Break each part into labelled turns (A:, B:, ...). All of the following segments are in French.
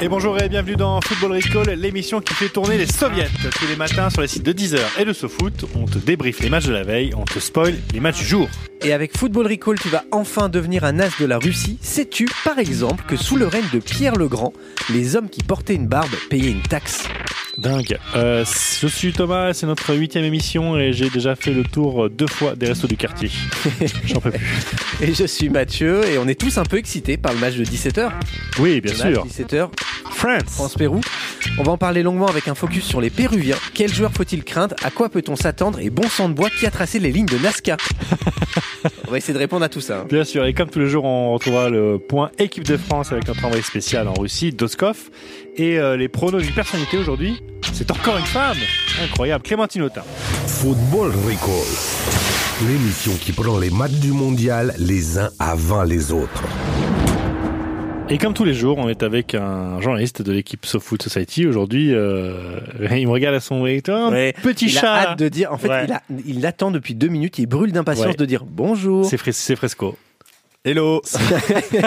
A: Et bonjour et bienvenue dans Football Recall, l'émission qui fait tourner les soviets tous les matins sur les sites de Deezer et de SoFoot. On te débriefe les matchs de la veille, on te spoil les matchs du jour.
B: Et avec Football Recall, tu vas enfin devenir un as de la Russie. Sais-tu, par exemple, que sous le règne de Pierre le Grand, les hommes qui portaient une barbe payaient une taxe
A: Dingue. Euh, je suis Thomas, c'est notre huitième émission et j'ai déjà fait le tour deux fois des restos du quartier. J'en peux plus.
B: Et je suis Mathieu, et on est tous un peu excités par le match de 17h.
A: Oui, bien sûr.
B: 17h,
A: France.
B: France-Pérou. On va en parler longuement avec un focus sur les Péruviens. Quels joueurs faut-il craindre À quoi peut-on s'attendre Et bon sang de bois, qui a tracé les lignes de Nazca On va essayer de répondre à tout ça. hein.
A: Bien sûr, et comme tous les jours, on retrouvera le point équipe de France avec notre envoyé spécial en Russie, Doskov. Et euh, les pronos d'une personnalité aujourd'hui, c'est encore une femme Incroyable, Clémentine Autain.
C: Football Recall. L'émission qui prend les matchs du mondial les uns avant les autres.
A: Et comme tous les jours, on est avec un journaliste de l'équipe SoFoot Society. Aujourd'hui, euh, il me regarde à son et Oh,
B: Ouais,
A: petit
B: il
A: chat
B: a hâte de dire. En fait,
A: Ouais.
B: il, a- il attend depuis deux minutes, il brûle d'impatience
A: Ouais.
B: de dire bonjour.
A: C'est Fres- c'est Fresco.
B: Hello.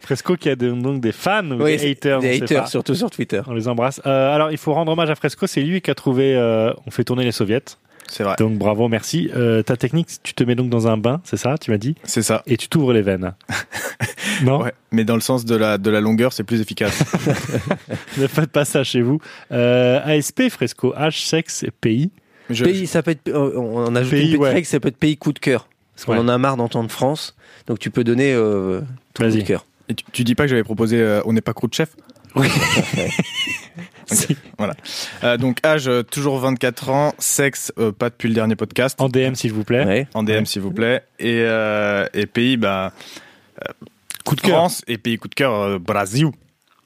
A: Fresco qui a de- donc des fans ou
B: oui,
A: des haters, on
B: Des
A: sait
B: haters,
A: pas.
B: surtout sur Twitter.
A: On les embrasse. Euh, alors, il faut rendre hommage à Fresco. C'est lui qui a trouvé euh, On fait tourner les soviets.
D: C'est vrai.
A: Donc, bravo, merci. Euh, ta technique, tu te mets donc dans un bain, c'est ça, tu m'as dit
D: C'est ça.
A: Et tu t'ouvres les veines. non
D: Ouais. Mais dans le sens de la, de la longueur, c'est plus efficace.
A: Ne faites pas ça chez vous. Euh, ASP, Fresco, H, sexe, et pays.
D: Je-
B: Pays, ça peut être. euh, On a ajouté
A: Pays,
B: une petite
A: ouais.
B: règle, ça peut être pays coup de cœur. Parce
A: Ouais.
B: qu'on en a marre d'entendre France. Donc tu peux donner euh, tout coup
A: Vas-y.
B: de cœur.
D: Et tu, tu dis pas que j'avais proposé euh, On n'est pas crew de chef
A: Si.
D: Euh, Donc âge, euh, toujours 24 ans, sexe, euh, pas depuis le dernier podcast,
A: En DM, s'il vous plaît.
B: Ouais.
D: en DM s'il vous plaît, et, euh, et pays, bah,
A: Coup de cœur.
D: France, et pays coup de cœur, euh, Brésil.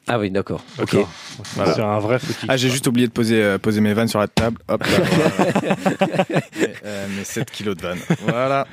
B: Ah oui, d'accord. Ok.
A: D'accord.
D: Voilà.
A: C'est un vrai foutu.
D: Ah, j'ai juste oublié de poser, euh, poser mes vannes sur la table. Hop là, voilà. Mais, euh, mes 7 kilos de vannes. Voilà.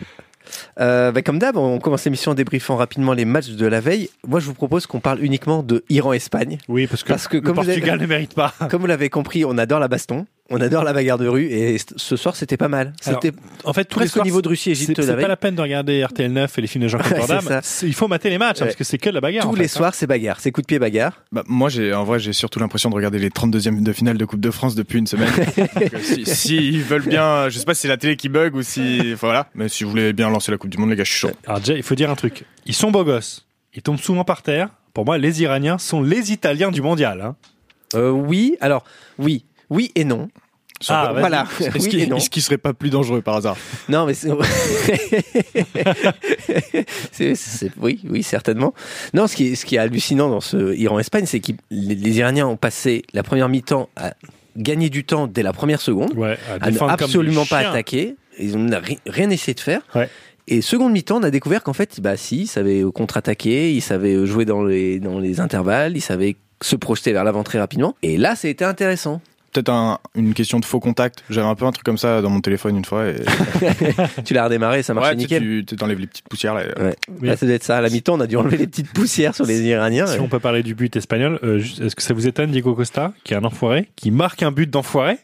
B: Euh, bah, comme d'hab, on commence l'émission en débriefant rapidement les matchs de la veille. Moi, je vous propose qu'on parle uniquement de Iran-Espagne.
A: Oui, parce que,
B: Parce que
A: le
B: comme vous avez-
A: Portugal ne mérite pas.
B: Comme vous l'avez compris, on adore la baston, on adore la bagarre de rue, et c- ce soir, c'était pas mal.
A: Alors,
B: C'était
A: En fait, tous les
B: presque au
A: soirs,
B: niveau de Russie-Égypte
A: c'est
B: la
A: c'est
B: veille.
A: pas la peine de regarder RTL 9 et les films de Jean-Claude
B: Ouais,
A: Van Damme.
B: c'est ça.
A: C'est- Il faut mater les matchs, hein,
B: Ouais.
A: parce que c'est que de la bagarre. en
B: Tous
A: fait,
B: les
A: hein.
B: soirs, c'est bagarre, c'est coup de pied bagarre.
D: Bah, moi, j'ai, en vrai, j'ai surtout l'impression de regarder les 32e de finale de Coupe de France depuis une semaine. Donc, euh, si, si ils veulent bien, euh, je sais pas si c'est la télé qui bug ou si, enfin, voilà. Mais si vous voulez bien lancer la Coupe du Monde, les gars, je suis chaud.
B: Euh,
A: Alors déjà, il faut dire un truc. Ils sont beaux gosses. Ils tombent souvent par terre. Pour moi, les Iraniens sont les Italiens du mondial. hein.
B: Euh, oui, alors, oui. Oui et non.
A: Ah, vas-y.
B: voilà.
D: Est-ce
B: Oui
D: qu'il,
B: et non.
D: est-ce qu'il serait pas plus dangereux par hasard
B: Non, mais c'est... c'est- c'est- oui, oui, certainement. Non, ce qui est, ce qui est hallucinant dans ce Iran-Espagne, c'est que les, les Iraniens ont passé la première mi-temps à gagner du temps dès la première seconde,
A: Ouais, à
B: à ne
A: défendre comme
B: absolument
A: des
B: pas
A: chiens.
B: attaquer. Ils n'ont ri- rien essayé de faire.
A: Ouais.
B: Et seconde mi-temps, on a découvert qu'en fait, bah si, ils savaient euh, contre-attaquer, ils savaient euh, jouer dans les, dans les intervalles, ils savaient se projeter vers l'avant très rapidement. Et là, c'était intéressant.
D: Peut-être un- une question de faux contact. J'avais un peu un truc comme ça dans mon téléphone une fois. Et...
B: Tu l'as redémarré, ça marchait
D: Ouais, tu, sais,
B: nickel.
D: tu, tu t'enlèves les petites poussières là. et- euh,
B: Ouais.
A: Mais-
B: Là, ça doit être ça. À la mi-temps, on a dû enlever les petites poussières sur les Iraniens.
A: Si on peut parler du but espagnol, euh, juste, est-ce que ça vous étonne Diego Costa, qui est un enfoiré, qui marque un but d'enfoiré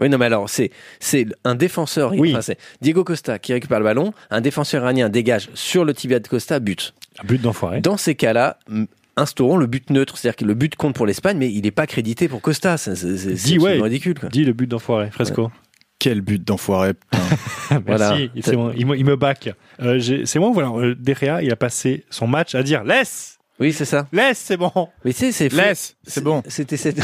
B: Oui, non, mais alors, c'est, c'est un défenseur.
A: Oui.
B: Enfin, c'est Diego Costa qui récupère le ballon. Un défenseur iranien dégage sur le tibia de Costa, but.
A: Un but d'enfoiré.
B: Dans ces cas-là, m- instaurons le but neutre. C'est-à-dire que le but compte pour l'Espagne, mais il n'est pas crédité pour Costa. C'est, c'est, c'est- c'est
A: Dis, ouais.
B: absolument ridicule, quoi.
A: Dis le but d'enfoiré, Fresco.
D: Quel but d'enfoiré. putain.
B: Voilà.
A: Merci, c'est bon, il, me- il me back. Euh, j'ai- c'est moi ou voilà euh, Derrea, il a passé son match à dire laisse,
B: Oui, c'est ça.
A: laisse, c'est bon.
B: Mais tu sais, c'est
D: Laisse, c'est bon.
B: C'était cette,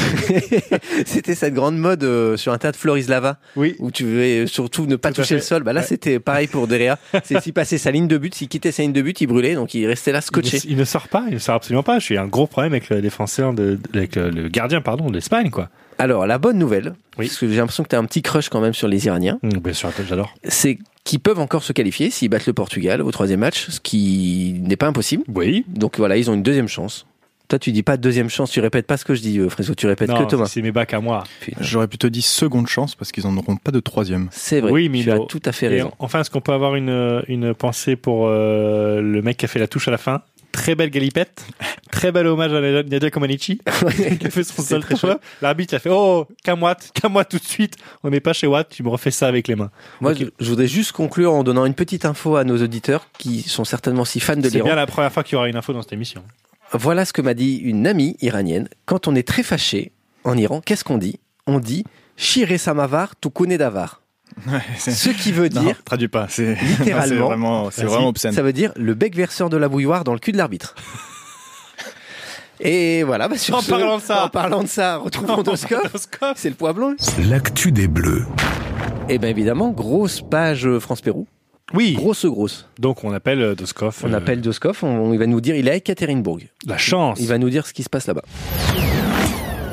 B: c'était cette grande mode euh, sur un tas de Floris Lava
A: Oui.
B: où tu veux surtout ne pas
A: Tout à
B: toucher
A: fait.
B: le sol. Bah là,
A: Ouais.
B: c'était pareil pour Derrea. C'est s'il passait sa ligne de but, s'il quittait sa ligne de but, il brûlait, donc il restait là scotché.
A: Il ne, il ne sort pas, il ne sort absolument pas. Je suis un gros problème avec le défenseur, de, de- avec euh, le, le gardien, pardon, de l'Espagne, quoi.
B: Alors, la bonne nouvelle,
A: Oui.
B: parce que j'ai l'impression que tu as un petit crush quand même sur les Iraniens,
A: Hum, bien sûr, j'adore.
B: c'est qu'ils peuvent encore se qualifier s'ils battent le Portugal au troisième match, ce qui n'est pas impossible.
A: Oui.
B: Donc voilà, ils ont une deuxième chance. Toi, tu dis pas deuxième chance, tu répètes pas ce que je dis, euh, Frézo, tu répètes
A: Non,
B: que Thomas.
A: c'est mes bacs à moi.
D: J'aurais plutôt dit seconde chance parce qu'ils en auront pas de troisième.
B: C'est vrai,
A: Oui, Milo.
B: tu as tout à fait
A: Et
B: raison.
A: en- enfin, est-ce qu'on peut avoir une, une pensée pour euh, le mec qui a fait la touche à la fin Très belle galipette, très bel hommage à Nadia- Nadia Comaneci qui a fait son
B: C'est
A: seul
B: très
A: très L'arbitre a fait Oh, calme Watt, calme Watt tout de suite, on n'est pas chez Watt, tu me refais ça avec les mains.
B: Moi, je- je voudrais juste conclure en donnant une petite info à nos auditeurs qui sont certainement si fans de
A: C'est
B: l'Iran.
A: bien la première fois qu'il y aura une info dans cette émission.
B: Voilà ce que m'a dit une amie iranienne. Quand on est très fâché en Iran, qu'est-ce qu'on dit On dit Shire Samavar, tu connais d'avar. Ce qui veut
D: Non,
B: dire,
D: traduis pas. C'est
B: Littéralement.
D: c'est vraiment, c'est
A: Vas-y.
D: vraiment obscène.
B: ça veut dire le bec verseur de la bouilloire dans le cul de l'arbitre. Et voilà, bah, sur
A: En
B: ce-
A: parlant de ça.
B: en parlant de ça, retrouvons Doscope.
A: Horoscope.
B: C'est le poids blanc.
C: L'actu des Bleus.
B: Et bien évidemment, grosse page euh, France-Pérou.
A: Oui,
B: Grosse, grosse.
A: donc on appelle euh, Doskov.
B: On
A: euh,
B: appelle Doskov, on, on- il va nous dire, il est à Ekaterinbourg.
A: La chance.
B: Il va nous dire ce qui se passe là-bas.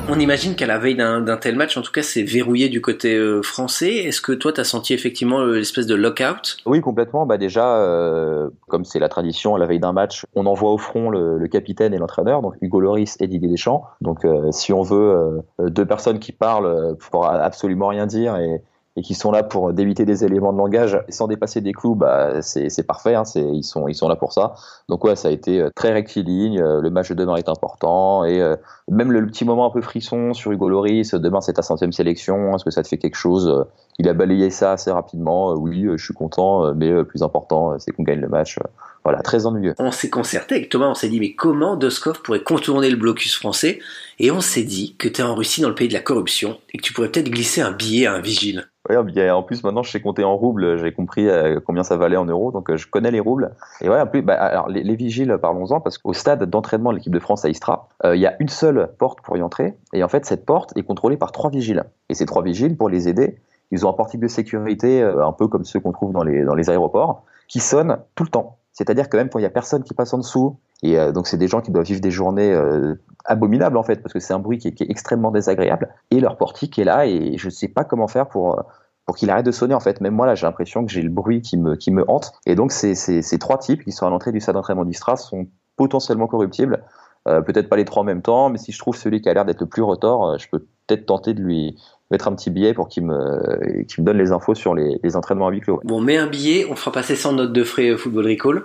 B: On imagine qu'à la veille d'un d'un tel match, en tout cas, c'est verrouillé du côté euh, français. Est-ce que toi, t'as senti effectivement euh, l'espèce de lockout
E: Oui, complètement. Bah déjà, euh, comme c'est la tradition, à la veille d'un match, on envoie au front le, le capitaine et l'entraîneur, donc Hugo Loris et Didier Deschamps. Donc, euh, si on veut euh, deux personnes qui parlent euh, pour absolument rien dire et, et qui sont là pour débiter des éléments de langage sans dépasser des clous, bah c'est c'est parfait. Hein, c'est ils sont ils sont là pour ça. Donc ouais, ça a été euh, très rectiligne. euh, Le match de demain est important et euh, même le petit moment un peu frisson sur Hugo Loris. euh, Demain, c'est ta centième sélection. Est-ce que ça te fait quelque chose euh, il a balayé ça assez rapidement. Euh, oui, euh, je suis content, euh, mais euh, plus important, euh, c'est qu'on gagne le match. Euh, Voilà, très ennuyeux.
B: On s'est concerté avec Thomas, on s'est dit, mais comment Doskov pourrait contourner le blocus français Et on s'est dit que t'es en Russie dans le pays de la corruption et que tu pourrais peut-être glisser un billet à un vigile.
E: Ouais, mais il y a- en plus, maintenant, je sais compter en roubles. J'ai compris euh, combien ça valait en euros, donc euh, je connais les roubles. Et ouais, en plus, bah, alors, les, les vigiles, parlons-en, parce qu'au stade d'entraînement de l'équipe de France à Istra, euh, il y a une seule porte pour y entrer. Et en fait, cette porte est contrôlée par trois vigiles. Et ces trois vigiles, pour les aider, ils ont un portique de sécurité, euh, un peu comme ceux qu'on trouve dans les, dans les aéroports, qui sonne tout le temps. C'est-à-dire que même quand il y a personne qui passe en dessous, et euh, donc c'est des gens qui doivent vivre des journées euh, abominables en fait, parce que c'est un bruit qui est, qui est extrêmement désagréable, et leur portique est là, et je ne sais pas comment faire pour, euh, pour qu'il arrête de sonner en fait. Même moi là, j'ai l'impression que j'ai le bruit qui me, qui me hante, et donc ces, ces, ces trois types qui sont à l'entrée du stade d'entraînement d'Istra sont potentiellement corruptibles, Euh, peut-être pas les trois en même temps, mais si je trouve celui qui a l'air d'être le plus retors, euh, je peux peut-être tenter de lui mettre un petit billet pour qu'il me, qu'il me donne les infos sur les, les entraînements à huis clos.
B: Bon, mets un billet, on fera passer 100 notes de frais euh, football recall.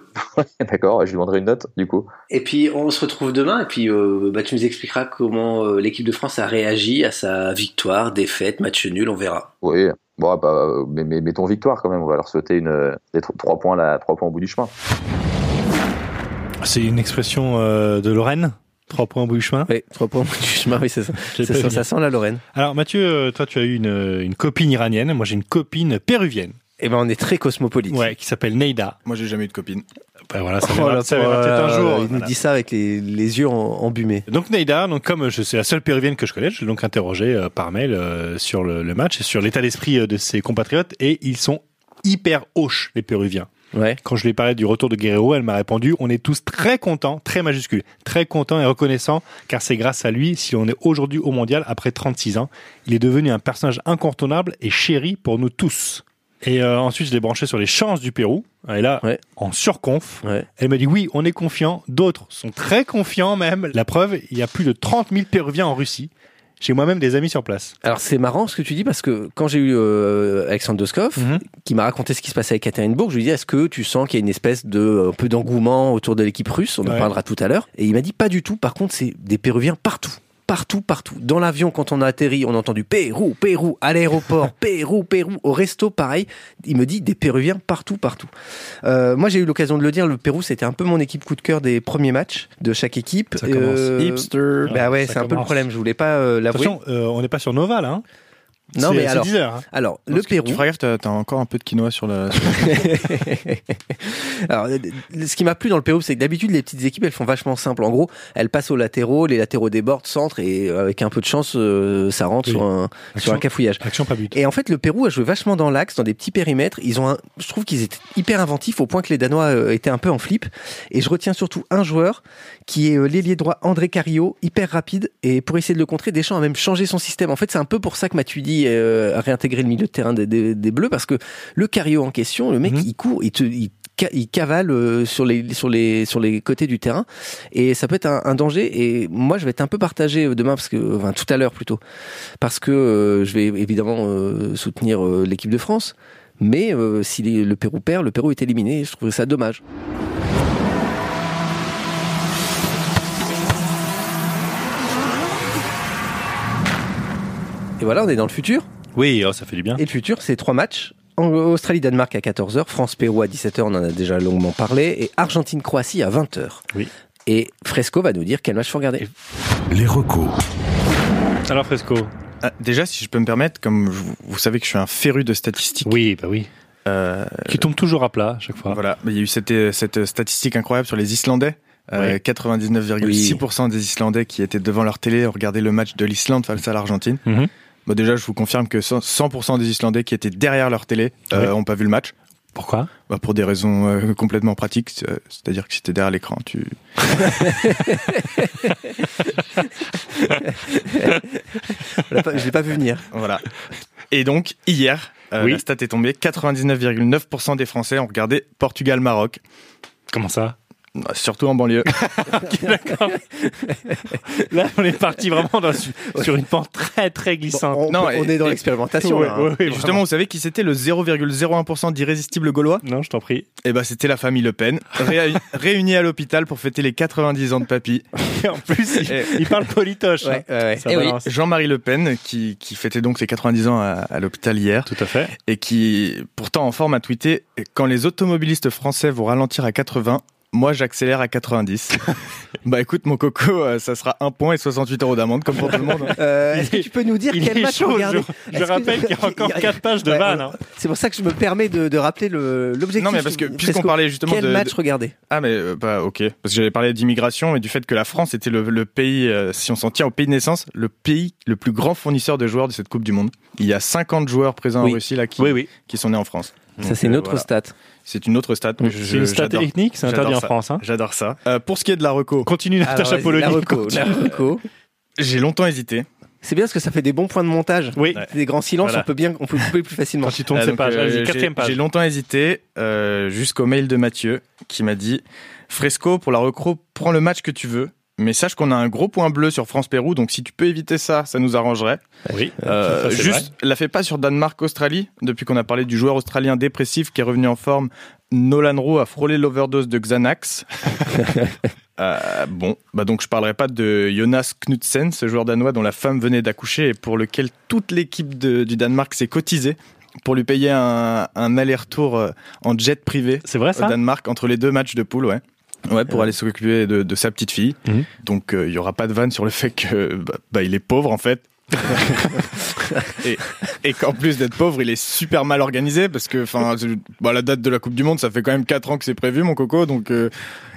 E: D'accord, je lui demanderai une note du coup.
B: Et puis on se retrouve demain et puis euh, bah, tu nous expliqueras comment euh, l'équipe de France a réagi à sa victoire, défaite, match nul, on verra.
E: Oui, bon, bah, euh, mais, mais mettons victoire quand même. On va leur souhaiter une, euh, des tro- trois points, là, trois points au bout du chemin.
A: C'est une expression euh, de Lorraine. Trois points au bout du chemin.
B: Oui, trois points du chemin, oui c'est ça.
A: J'ai pas fini.
B: sent la Lorraine.
A: Alors Mathieu, euh, toi tu as eu une, euh, une copine iranienne, moi j'ai une copine péruvienne,
B: Eh ben on est très cosmopolite.
A: ouais, qui s'appelle Neida.
D: Moi, j'ai jamais eu de copine.
A: Ben voilà, ça
B: Oh
A: verra,
B: là
A: ça
B: là
A: verra peut-être un
B: là
A: jour.
B: là, Il nous
A: Voilà.
B: dit ça avec les, les yeux en- embumés.
A: Donc Neida, donc comme je c'est la seule péruvienne que je connais, je l'ai donc interrogé euh, par mail euh, sur le, le match et sur l'état d'esprit euh, de ses compatriotes et ils sont hyper hoches les péruviens.
B: Ouais.
A: Quand je lui ai parlé du retour de Guerrero, elle m'a répondu on est tous très contents, très majuscule, très contents et reconnaissants car c'est grâce à lui si on est aujourd'hui au mondial après 36 ans, il est devenu un personnage incontournable et chéri pour nous tous. Et euh, ensuite, je l'ai branché sur les chances du Pérou. Et là,
B: Ouais.
A: en surconf,
B: Ouais.
A: elle m'a dit oui, on est confiant. D'autres sont très confiants même. La preuve, il y a plus de 30 000 Péruviens en Russie. J'ai moi-même des amis sur place.
B: Alors c'est marrant ce que tu dis parce que quand j'ai eu euh, Alexandre Doskov
A: Mhm.
B: qui m'a raconté ce qui se passait avec Katerinbourg, je lui ai dit est-ce que tu sens qu'il y a une espèce de euh, un peu d'engouement autour de l'équipe russe On en
A: Ouais.
B: parlera tout à l'heure. Et il m'a dit pas du tout. Par contre c'est des Péruviens partout. Partout, partout. Dans l'avion, quand on a atterri, on a entendu Pérou, Pérou, à l'aéroport, Pérou, Pérou, au resto, pareil. Il me dit des Péruviens partout, partout. Euh, moi, j'ai eu l'occasion de le dire, le Pérou, c'était un peu mon équipe coup de cœur des premiers matchs de chaque équipe.
A: Ça commence
D: Hipster.
B: Bah ouais,
A: Ça
B: c'est un peu le
A: commence.
B: problème. Je voulais pas euh, l'avouer.
A: Attention, euh, on n'est pas sur Nova là. hein.
B: Non,
A: C'est-
B: mais
A: c'est
B: alors,
A: 10 heures, hein.
B: alors le
D: Parce que
B: Pérou.
D: Tu feras gaffe, t'as t'as encore un peu de quinoa sur la. sur-
B: alors, le- le- ce qui m'a plu dans le Pérou, c'est que d'habitude les petites équipes, elles font vachement simple. En gros, elles passent aux latéraux, les latéraux débordent, centrent et euh, avec un peu de chance, euh, ça rentre
A: Oui.
B: sur un sur un
A: Action.
B: cafouillage.
A: Action pas but.
B: Et en fait, le Pérou a joué vachement dans l'axe, dans des petits périmètres. Ils ont, un- je trouve qu'ils étaient hyper inventifs au point que les Danois euh, étaient un peu en flip. Et je retiens surtout un joueur qui est euh, l'ailier droit André Cario, hyper rapide. Et pour essayer de le contrer, Deschamps a même changé son système. En fait, c'est un peu pour ça que Matuidi euh, a réintégré le milieu de terrain des, des- des Bleus parce que le Cario en question, le mec,
A: Mhm.
B: il court, il te, il ca- ils cavalent euh, sur les sur les sur les côtés du terrain et ça peut être un, un danger. Et moi, je vais être un peu partagé euh, demain parce que enfin tout à l'heure plutôt parce que euh, je vais évidemment euh, soutenir euh, l'équipe de France. Mais euh, si les- le Pérou perd, le Pérou est éliminé. Je trouve ça dommage. Et voilà, on est dans le futur.
A: Oui, oh, ça fait du bien.
B: Et le futur, c'est trois matchs. En- Australie-Danemark à 14h, France-Pérou à 17h, on en a déjà longuement parlé, et Argentine-Croatie à 20h.
A: Oui.
B: Et Fresco va nous dire quel match faut regarder.
C: Les recos.
A: Alors Fresco.
D: Ah, déjà, si je peux me permettre, comme je- vous savez que je suis un féru de statistiques,
A: Oui, bah oui.
D: euh,
A: Qui tombe toujours à plat à chaque fois.
D: voilà, il y a eu cette, euh, cette statistique incroyable sur les Islandais. Euh, 99,6% des Islandais qui étaient devant leur télé ont regardé le match de l'Islande face à l'Argentine.
A: Mhm.
D: Bah, déjà, je vous confirme que 100%, 100% des Islandais qui étaient derrière leur télé n'ont
A: Ouais.
D: pas vu le match.
A: Pourquoi
D: Bah, pour des raisons euh, complètement pratiques, c'est- euh, c'est-à-dire que si t'es derrière l'écran, tu...
B: Je l'ai pas- je l'ai pas vu venir.
D: Voilà. Et donc, hier, euh,
A: Oui.
D: la stat est tombée, 99,9% des Français ont regardé Portugal-Maroc,
A: Comment ça
D: Bah, surtout en banlieue.
A: Là, on est parti vraiment dans- sur une pente très très
B: Bon,
A: glissante.
B: on,
D: Non,
B: on
D: et-
B: est dans
D: et-
B: l'expérimentation.
A: Ouais,
B: là, hein.
A: ouais, ouais,
D: Et justement, vous savez qui c'était le 0,01% d'irrésistibles gaulois
A: vraiment. Non, je t'en prie.
D: Eh ben, c'était la famille Le Pen, réu- réunie à l'hôpital pour fêter les 90 ans de papy.
A: en plus, il,
D: Eh.
A: il parle politoche.
B: Ouais,
A: hein.
B: ouais, ouais.
A: Ça
B: Eh oui.
A: balance.
D: Jean-Marie Le Pen, qui, qui fêtait donc ses 90 ans à, à l'hôpital hier,
A: Tout à fait.
D: et qui, pourtant en forme, a tweeté « Quand les automobilistes français vont ralentir à 80, moi j'accélère à 90. » Bah écoute, mon coco, euh, ça sera un point et 68 euros d'amende, comme pour tout le monde.
B: Euh, Est-ce que
A: hein. Il est-
B: tu peux nous dire
A: il
B: quel
A: est
B: match
A: chaud,
B: faut regarder
A: je- je
B: Est-ce que-
A: rappelle qu'il y a encore quatre pages de
B: Ouais,
A: vanne,
B: ouais.
A: hein.
B: C'est pour ça que je me permets de, de rappeler le- l'objectif.
D: Non mais parce que puisqu'on
B: Fresco,
D: parlait justement
B: quel
D: de,
B: match regarder
D: Ah mais euh, bah ok parce que j'avais parlé d'immigration et du fait que la France était le, le pays euh, si on s'en tient au pays de naissance le pays le plus grand fournisseur de joueurs de cette Coupe du Monde. Il y a 50 joueurs présents
B: Oui.
D: en Russie là qui,
A: Oui, oui.
D: qui sont nés en France.
B: Ça
D: Donc,
B: c'est
D: euh,
B: notre
D: voilà.
B: stat.
D: C'est une autre stat. mais je-
A: C'est une stat
D: j'adore-
A: technique, c'est interdit
D: j'adore
A: en
D: ça. Ah
A: France. hein.
D: J'adore ça. Euh, pour ce qui est de la reco,
A: Continue Natacha
B: Alors, vas-y, la
A: Polony.
B: reco, la reco.
D: j'ai longtemps hésité.
B: C'est bien parce que ça fait des bons points de montage.
A: Oui,
D: Ouais.
B: Des grands silences,
D: Voilà.
B: on peut bien, on peut couper plus facilement.
A: quand il tourne
D: Euh,
A: ses
D: donc,
A: pages.
D: euh,
A: Vas-y,
D: j'ai-
A: quatrième
D: J'ai
A: page.
D: longtemps hésité euh, jusqu'au mail de Mathieu qui m'a dit Fresco pour la recro, prends le match que tu veux. Mais sache qu'on a un gros point bleu sur France-Pérou, donc si tu peux éviter ça, ça nous arrangerait.
A: Oui, ça,
D: Euh,
A: c'est
D: juste, la fais pas sur Danemark-Australie, depuis qu'on a parlé du joueur australien dépressif qui est revenu en forme. Nolan Rowe a frôlé l'overdose de Xanax. Euh, bon, bah donc je parlerai pas de Jonas Knudsen, ce joueur danois dont la femme venait d'accoucher et pour lequel toute l'équipe de- du Danemark s'est cotisée pour lui payer un, un aller-retour euh, en jet privé
A: c'est vrai
D: au
A: Ah, ça
D: Danemark entre les deux matchs de poule, ouais. Ouais, pour aller s'occuper de, de sa petite fille.
A: Mhm.
D: Donc, euh, il y aura pas de vanne sur le fait que bah, bah, il est pauvre, en fait. et et qu'en plus d'être pauvre, il est super mal organisé parce que, enfin, c'est- bah, la date de la Coupe du Monde, ça fait quand même 4 ans que c'est prévu, mon coco. Donc, euh,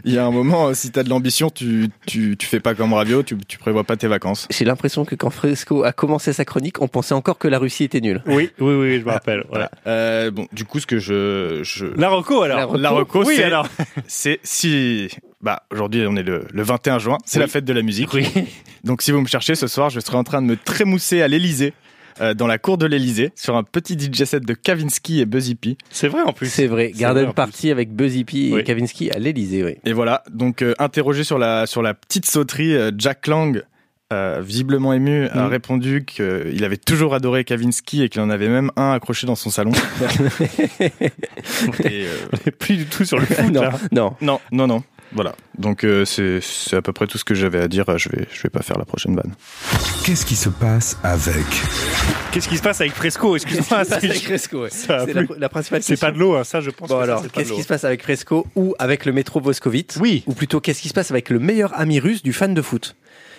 D: il y a un moment, euh, si t'as de l'ambition, tu, tu, tu fais pas comme Radio, tu, tu prévois pas tes vacances.
B: J'ai l'impression que quand Fresco a commencé sa chronique, on pensait encore que la Russie était nulle.
A: Oui, oui, oui, je me rappelle. voilà.
D: Euh, bon, du coup, ce que je, je,
A: La reco
B: La
A: alors.
B: reco.
D: La reco,
A: oui
D: c'est-
A: alors.
D: c'est si, bah, aujourd'hui, on est le, le 21 juin, c'est
A: Oui.
D: la fête de la musique.
A: Oui.
D: Donc si vous me cherchez ce soir, je serai en train de me trémousser à l'Elysée, dans la cour de l'Elysée, sur un petit DJ set de Kavinsky et Buzzy P.
A: C'est vrai en plus.
B: C'est vrai,
A: C'est
B: Garden
A: vrai, en
B: Party avec Buzzy P
A: Oui.
B: et Kavinsky à l'Elysée, oui.
D: Et voilà, donc euh, interrogé sur la, sur la petite sauterie, euh, Jack Lang, euh, visiblement ému, a
A: Mhm.
D: répondu qu'il avait toujours adoré Kavinsky et qu'il en avait même un accroché dans son salon. Et, euh,
A: plus. Plus du tout sur le foot
B: non,
A: là.
B: non.
D: non, non, non. Voilà, donc euh, c'est c'est à peu près tout ce que j'avais à dire. Je vais, je vais pas faire la prochaine vanne.
C: Qu'est-ce qui se passe avec
A: Qu'est-ce qui se passe avec Fresco Excuse-moi,
B: Qu'est-ce qui se passe avec
A: c'est
B: Fresco, ouais.
A: ça a
B: C'est la,
A: plu.
B: la principale
A: c'est
B: question.
A: pas de l'eau, hein, ça je pense.
B: Bon
A: que ça,
B: alors,
A: c'est pas de
B: qu'est-ce
A: l'eau.
B: qui se passe avec Fresco ou avec le métro Voskovitz
A: Oui.
B: Ou plutôt, qu'est-ce qui se passe avec le meilleur ami russe du fan de foot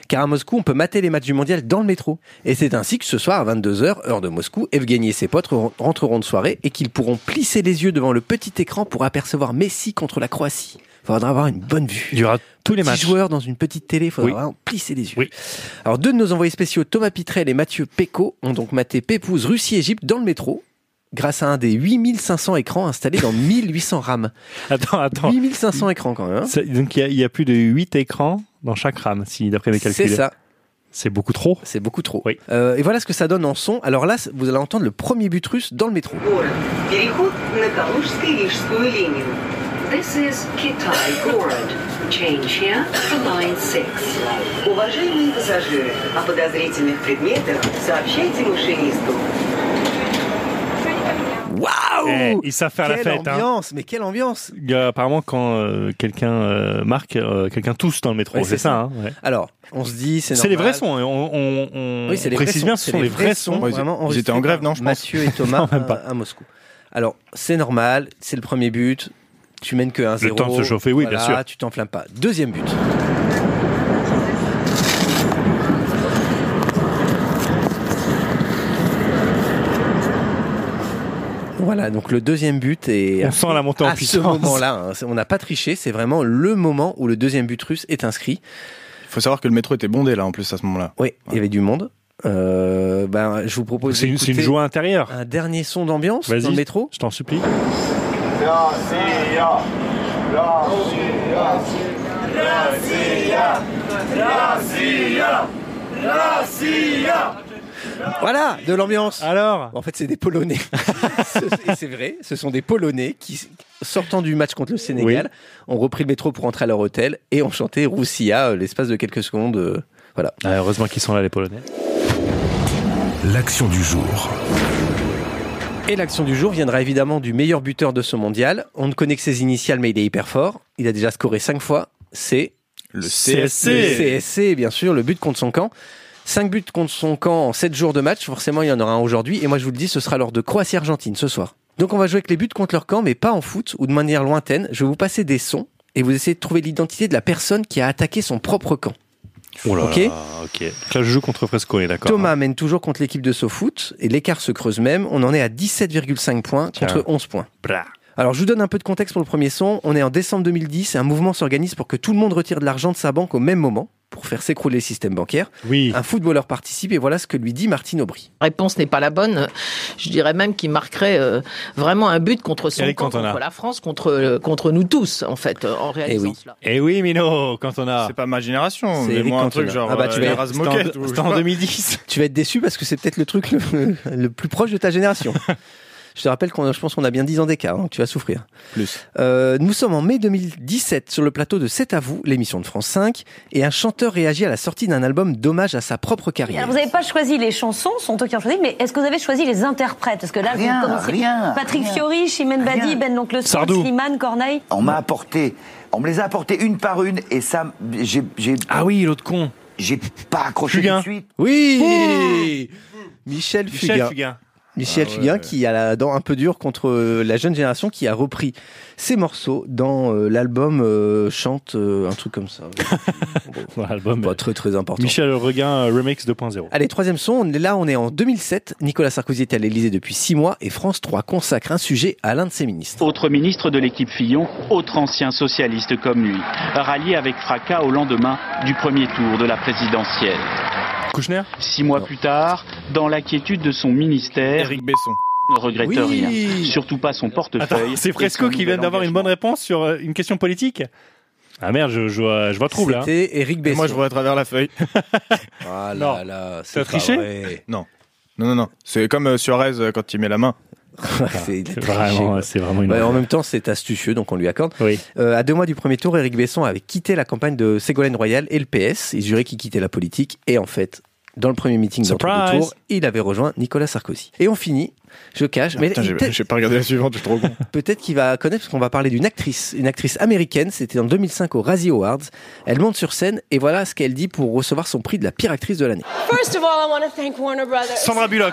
B: car à Moscou, on peut mater les matchs du mondial dans le métro. Et c'est ainsi que ce soir, à 22h, heure de Moscou, Evgeny et ses potes ren- rentreront de soirée et qu'ils pourront plisser les yeux devant le petit écran pour apercevoir Messi contre la Croatie. Faudra avoir une bonne vue.
A: Il y aura tous les
B: Petit
A: matchs.
B: joueur dans une petite télé, faudra
A: Oui.
B: vraiment plisser les yeux.
A: Oui.
B: Alors deux de nos envoyés spéciaux, Thomas Pitrel et Mathieu Péco, ont donc maté Pépouze, Russie-Égypte dans le métro grâce à un des 8500 écrans installés dans 1800 RAM.
A: Attends, attends.
B: 8500 écrans quand même. hein.
A: Ça- donc il y a- il y, a plus de 8 écrans dans chaque rame, si d'après mes calculs.
B: C'est ça,
A: C'est beaucoup trop.
B: c'est beaucoup trop.
A: Oui.
B: Euh, et voilà ce que ça donne en son. Alors là, vous allez entendre le premier but russe dans le métro.
F: Город. Переход на Калужско-Рижскую линию. This is Kitai город. Change here to line 6.
G: Уважаемые пассажиры, о подозрительных предметах сообщайте машинисту.
B: Waouh
A: Eh, ils savent faire la
B: Ah Quelle
A: fête. hein.
B: ambiance, mais quelle ambiance
A: Il y a apparemment, quand euh, quelqu'un euh, marque, euh, quelqu'un tousse dans le métro.
B: Ouais,
A: c'est
B: c'est
A: ça. hein, ouais.
B: Alors, on se dit, c'est
A: C'est les vrais
B: normal.
A: sons. hein. On, on- on
B: Oui, c'est les
A: précise
B: vrais
A: bien,
B: sons.
A: ce sont les vrais sons.
D: Ouais, ils-
B: vraiment
D: ils
B: enregistrés
D: étaient en grève,
B: par
D: non, je pense.
B: Mathieu et Thomas euh,
A: Non, même pas.
B: à, à Moscou. Alors, c'est normal, c'est le premier but. Tu mènes que 1-0.
A: Le temps de se chauffer, oui, bien
B: Voilà,
A: sûr.
B: Tu t'enflammes pas. Deuxième but. Voilà, donc le deuxième but est
A: On sent la montée en
B: à ce
A: puissance.
B: moment-là. hein, c'est- on n'a pas triché, c'est vraiment le moment où le deuxième but russe est inscrit.
D: Il faut savoir que le métro était bondé là en plus à ce moment-là.
B: Oui, il y avait du monde. Euh, ben, je vous propose
A: C'est une, c'est une
B: d'écouter
A: joie intérieure.
B: un dernier son d'ambiance
A: Vas-y.
B: dans le métro.
A: Je t'en supplie.
B: Voilà, de l'ambiance.
A: Alors
B: En fait, c'est des Polonais. Ce- et c'est vrai, ce sont des Polonais qui, sortant du match contre le Sénégal, ont repris le métro pour rentrer à leur hôtel et ont chanté Roussia euh, l'espace de quelques secondes. euh, Voilà.
A: Ah, Heureusement qu'ils sont là, les Polonais.
C: L'action du jour.
B: Et l'action du jour viendra évidemment du meilleur buteur de ce mondial. On ne connaît que ses initiales, mais il est hyper fort. Il a déjà scoré 5 fois. C'est
D: Le
B: Le CSC, bien sûr, le but contre son camp. 5 buts contre son camp en 7 jours de match, forcément il y en aura un aujourd'hui, et moi je vous le dis, ce sera lors de Croatie-Argentine ce soir. Donc on va jouer avec les buts contre leur camp, mais pas en foot ou de manière lointaine. Je vais vous passer des sons et vous essayez de trouver l'identité de la personne qui a attaqué son propre camp.
A: Oh là
B: Ok.
A: là, ok. Donc là, je joue contre Fresco, d'accord.
B: Thomas mène toujours contre l'équipe de SoFoot, et l'écart se creuse même, on en est à 17,5 points
A: Tiens.
B: contre 11 points.
A: hein. Bra.
B: Alors, je vous donne un peu de contexte pour le premier son. On est en décembre 2010 et un mouvement s'organise pour que tout le monde retire de l'argent de sa banque au même moment pour faire s'écrouler le système bancaire.
A: Oui.
B: Un footballeur participe et voilà ce que lui dit Martine Aubry.
H: réponse n'est pas la bonne. Je dirais même qu'il marquerait euh, vraiment un but contre son
A: Eric
H: camp,
A: Cantona.
H: contre la France, contre, euh, contre nous tous, en fait, euh, en réalisant
B: oui.
H: cela.
A: Eh oui, Mino, quand on a.
D: C'est pas ma génération,
B: C'est
D: mais moi
B: Eric
D: un truc
B: Cantona.
D: genre
B: Ah bah, tu
D: euh,
B: vas-
D: les Razz
B: c'était en-
D: Moquette ou je sais
A: C'était en
D: pas.
A: 2010.
B: Tu vas être déçu parce que c'est peut-être le truc le, le plus proche de ta génération. Je te rappelle qu'on, je pense qu'on a bien 10 ans d'écart, donc tu vas souffrir.
D: Plus.
B: Euh, nous sommes en mai 2017 sur le plateau de C'est à vous, l'émission de France 5, et un chanteur réagit à la sortie d'un album d'hommage à sa propre carrière.
I: Alors,
J: Ah,
I: vous n'avez pas choisi les chansons, sont eux qui ont choisi, mais est-ce que vous avez choisi les interprètes Parce que là,
G: Rien,
I: vous commencez.
G: rien,
I: Patrick
G: rien.
I: Fiori, Chimène Badi,
G: Rien.
I: Ben L'Oncle Soul,
A: Sardou.
I: Slimane, Corneille.
G: On m'a apporté, on me les a apportés une par une et ça, j'ai, j'ai,
A: Ah oui, l'autre con.
G: j'ai pas accroché
A: Fugain.
G: tout de suite.
B: Oui Michel Fugain.
A: Michel Fugain.
B: Michel
D: Ah ouais.
B: Fugain qui a la dent un peu dure contre euh, la jeune génération qui a repris ses morceaux dans euh, l'album euh, Chante, euh, un truc comme ça.
A: Dans l'album.
B: Pas très très important.
A: Michel Regain euh, Remix 2.0.
B: Allez, troisième son, on est là on est en 2007. Nicolas Sarkozy est à l'Elysée depuis six mois et France 3 consacre un sujet à l'un de ses ministres.
H: Autre ministre de l'équipe Fillon, autre ancien socialiste comme lui, rallié avec fracas au lendemain du premier tour de la présidentielle.
A: Kouchner
H: Six mois
B: Non.
H: plus tard, dans la quiétude de son ministère,
D: Eric Besson.
H: il ne regrette rien. Surtout pas son portefeuille.
A: Attends, c'est Fresco qui vient d'avoir une bonne réponse sur euh, une question politique Ah merde, je, je vois, je vois trouble. hein.
B: C'était Eric
D: Et
B: Besson.
D: moi je vois à travers la feuille.
B: Ah
A: Non.
B: là là, c'est
A: T'as
B: pas
A: triché
B: vrai.
D: Non, non, non. C'est comme euh, Suarez euh, quand il met la main.
B: C'est- il a
A: Ah, C'est
B: triché,
A: Vraiment,
B: quoi.
A: euh, c'est vraiment une.
B: Ouais, en même temps, c'est astucieux, donc on lui accorde.
A: Oui.
B: Euh, à deux mois du premier tour, Éric Besson avait quitté la campagne de Ségolène Royal et le PS. Il jurait qu'il quittait la politique. Et en fait, dans le premier meeting d'entre-deux
A: Surprise
B: tours, il avait rejoint Nicolas Sarkozy. Et on finit, je cache, mais
D: Putain, j'ai-
B: peut-
D: j'ai pas regardé la suivante, je suis trop con.
B: peut-être qu'il va connaître, parce qu'on va parler d'une actrice. Une actrice américaine, c'était en 2005 au Razzie Awards. Elle monte sur scène et voilà ce qu'elle dit pour recevoir son prix de la pire actrice de l'année.
I: First of all, I want to thank Warner Brothers.
A: Sandra Bullock.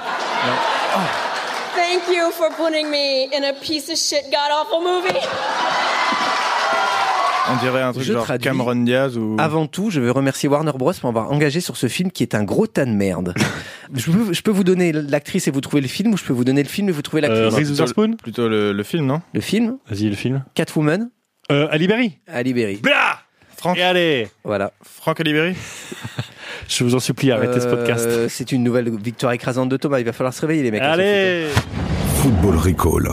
I: Thank you for putting me in a piece of shit, god awful movie.
D: On dirait un truc
B: Je
D: genre
B: traduis.
D: Cameron Diaz ou.
B: Avant tout, je veux remercier Warner Bros pour m'avoir engagé sur ce film qui est un gros tas de merde. je, peux, je peux vous donner l'actrice et vous trouver le film, ou je peux vous donner le film et vous trouver l'actrice.
A: Euh, Reese Witherspoon
D: Plutôt le, le film, non
B: Le film,
A: Vas-y, le film.
B: Catwoman,
A: Euh, Ali Berry.
B: Ali Berry.
A: Blah
D: Franck,
A: Et allez
B: Voilà.
D: Franck Alibéry
A: Je vous en supplie, arrêtez ce
B: Euh,
A: podcast.
B: C'est une nouvelle victoire écrasante de Thomas. Il va falloir se réveiller, les mecs. hein,
A: Allez
C: Football Recall.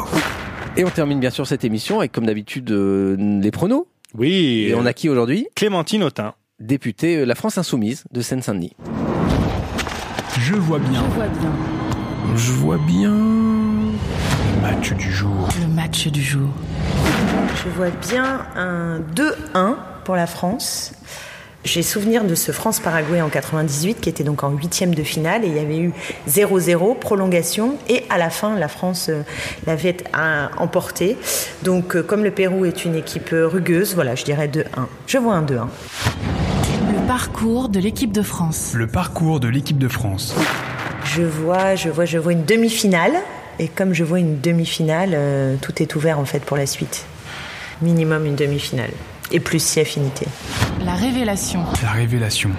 B: Et on termine bien sûr cette émission avec, comme d'habitude, euh, les pronos.
A: Oui,
B: Et, on a qui aujourd'hui
A: Clémentine Autain.
B: Député euh, La France Insoumise de Seine-Saint-Denis.
K: Je vois bien.
C: Je vois bien.
L: match du jour.
K: Le match du jour.
M: Je vois bien un 2-1 pour la France. J'ai souvenir de ce France-Paraguay en 98 qui était donc en huitième de finale et il y avait eu 0-0, prolongation et à la fin la France euh, l'avait euh, emporté. Donc euh, comme le Pérou est une équipe euh, rugueuse, voilà je dirais 2-1. Je vois un 2-1.
K: Le parcours de l'équipe de France.
L: Le parcours de l'équipe de France.
M: Je vois, je vois, je vois une demi-finale et comme je vois une demi-finale, euh, tout est ouvert en fait pour la suite. Minimum une demi-finale et plus si affinité.
K: La révélation.
L: La révélation.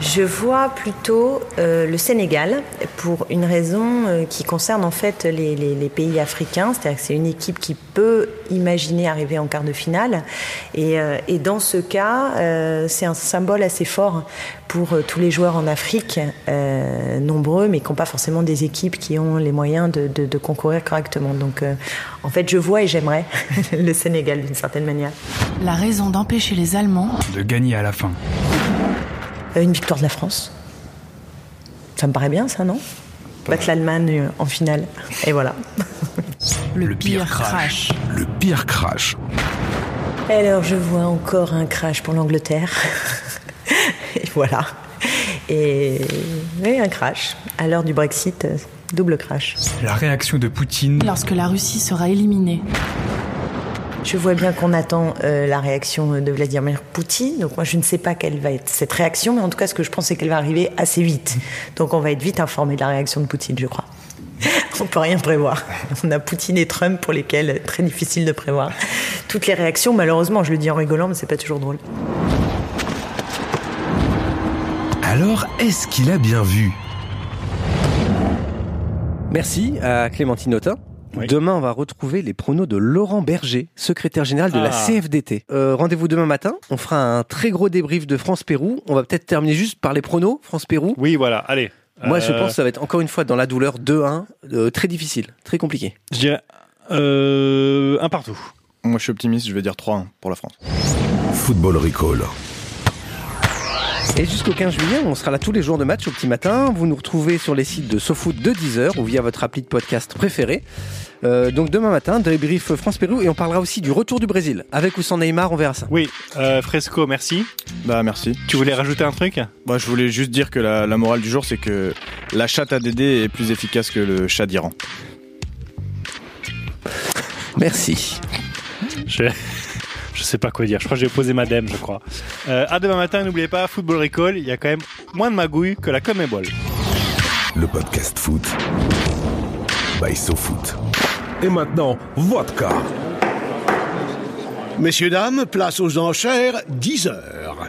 M: Je vois plutôt euh, le Sénégal pour une raison euh, qui concerne en fait les, les, les pays africains, c'est-à-dire que c'est une équipe qui peut imaginer arriver en quart de finale. Et, euh, et dans ce cas, euh, c'est un symbole assez fort pour euh, tous les joueurs en Afrique, euh, nombreux, mais qui n'ont pas forcément des équipes qui ont les moyens de, de, de concourir correctement. Donc euh, en fait, je vois et j'aimerais le Sénégal d'une certaine manière.
K: La raison d'empêcher les Allemands
L: de gagner à la fin
M: une victoire de la France. Ça me paraît bien, ça, non Battre l'Allemagne euh, en finale. Et voilà.
K: Le, le pire, pire crash. crash.
L: Le pire crash.
M: Alors, je vois encore un crash pour l'Angleterre. Et voilà. Et... Et un crash. À l'heure du Brexit, euh, double crash.
L: La réaction de Poutine.
K: Lorsque la Russie sera éliminée.
M: Je vois bien qu'on attend euh, la réaction de Vladimir Poutine. Donc moi, je ne sais pas quelle va être cette réaction, mais en tout cas, ce que je pense, c'est qu'elle va arriver assez vite. Donc on va être vite informé de la réaction de Poutine, je crois. on peut rien prévoir. On a Poutine et Trump pour lesquels euh, très difficile de prévoir toutes les réactions. Malheureusement, je le dis en rigolant, mais c'est pas toujours drôle.
C: Alors, est-ce qu'il a bien vu
B: Merci à Clémentine Autain. Oui. Demain, on va retrouver les pronos de Laurent Berger, secrétaire général de ah. la CFDT. Euh, Rendez-vous demain matin. On fera un très gros débrief de France-Pérou. On va peut-être terminer juste par les pronos France-Pérou.
A: Oui, voilà. Allez.
B: Moi, euh... je pense que ça va être encore une fois dans la douleur 2-1. Euh, très difficile, très compliqué.
A: Je dirais un partout.
D: Moi, je suis optimiste. Je vais dire 3-1 pour la France.
C: Football Recall.
B: Et jusqu'au 15 juillet, on sera là tous les jours de match au petit matin. Vous nous retrouvez sur les sites de SoFoot de 10h ou via votre appli de podcast préféré. Euh, donc demain matin, débrief France-Pérou et on parlera aussi du retour du Brésil. Avec ou sans Neymar, on verra ça.
A: Oui, euh, Fresco, merci.
D: Bah merci.
A: Tu voulais rajouter un truc
D: Bah je voulais juste dire que la, la morale du jour, c'est que la chatte à Dédé est plus efficace que le chat d'Iran.
B: Merci.
A: Je je sais pas quoi dire. Je crois que j'ai posé madame, je crois. Euh, à demain matin, n'oubliez pas, Football Recall, il y a quand même moins de magouille que la Comébol.
C: Le podcast foot by SoFoot. Et maintenant, vodka.
N: Messieurs, dames, place aux enchères, 10 heures.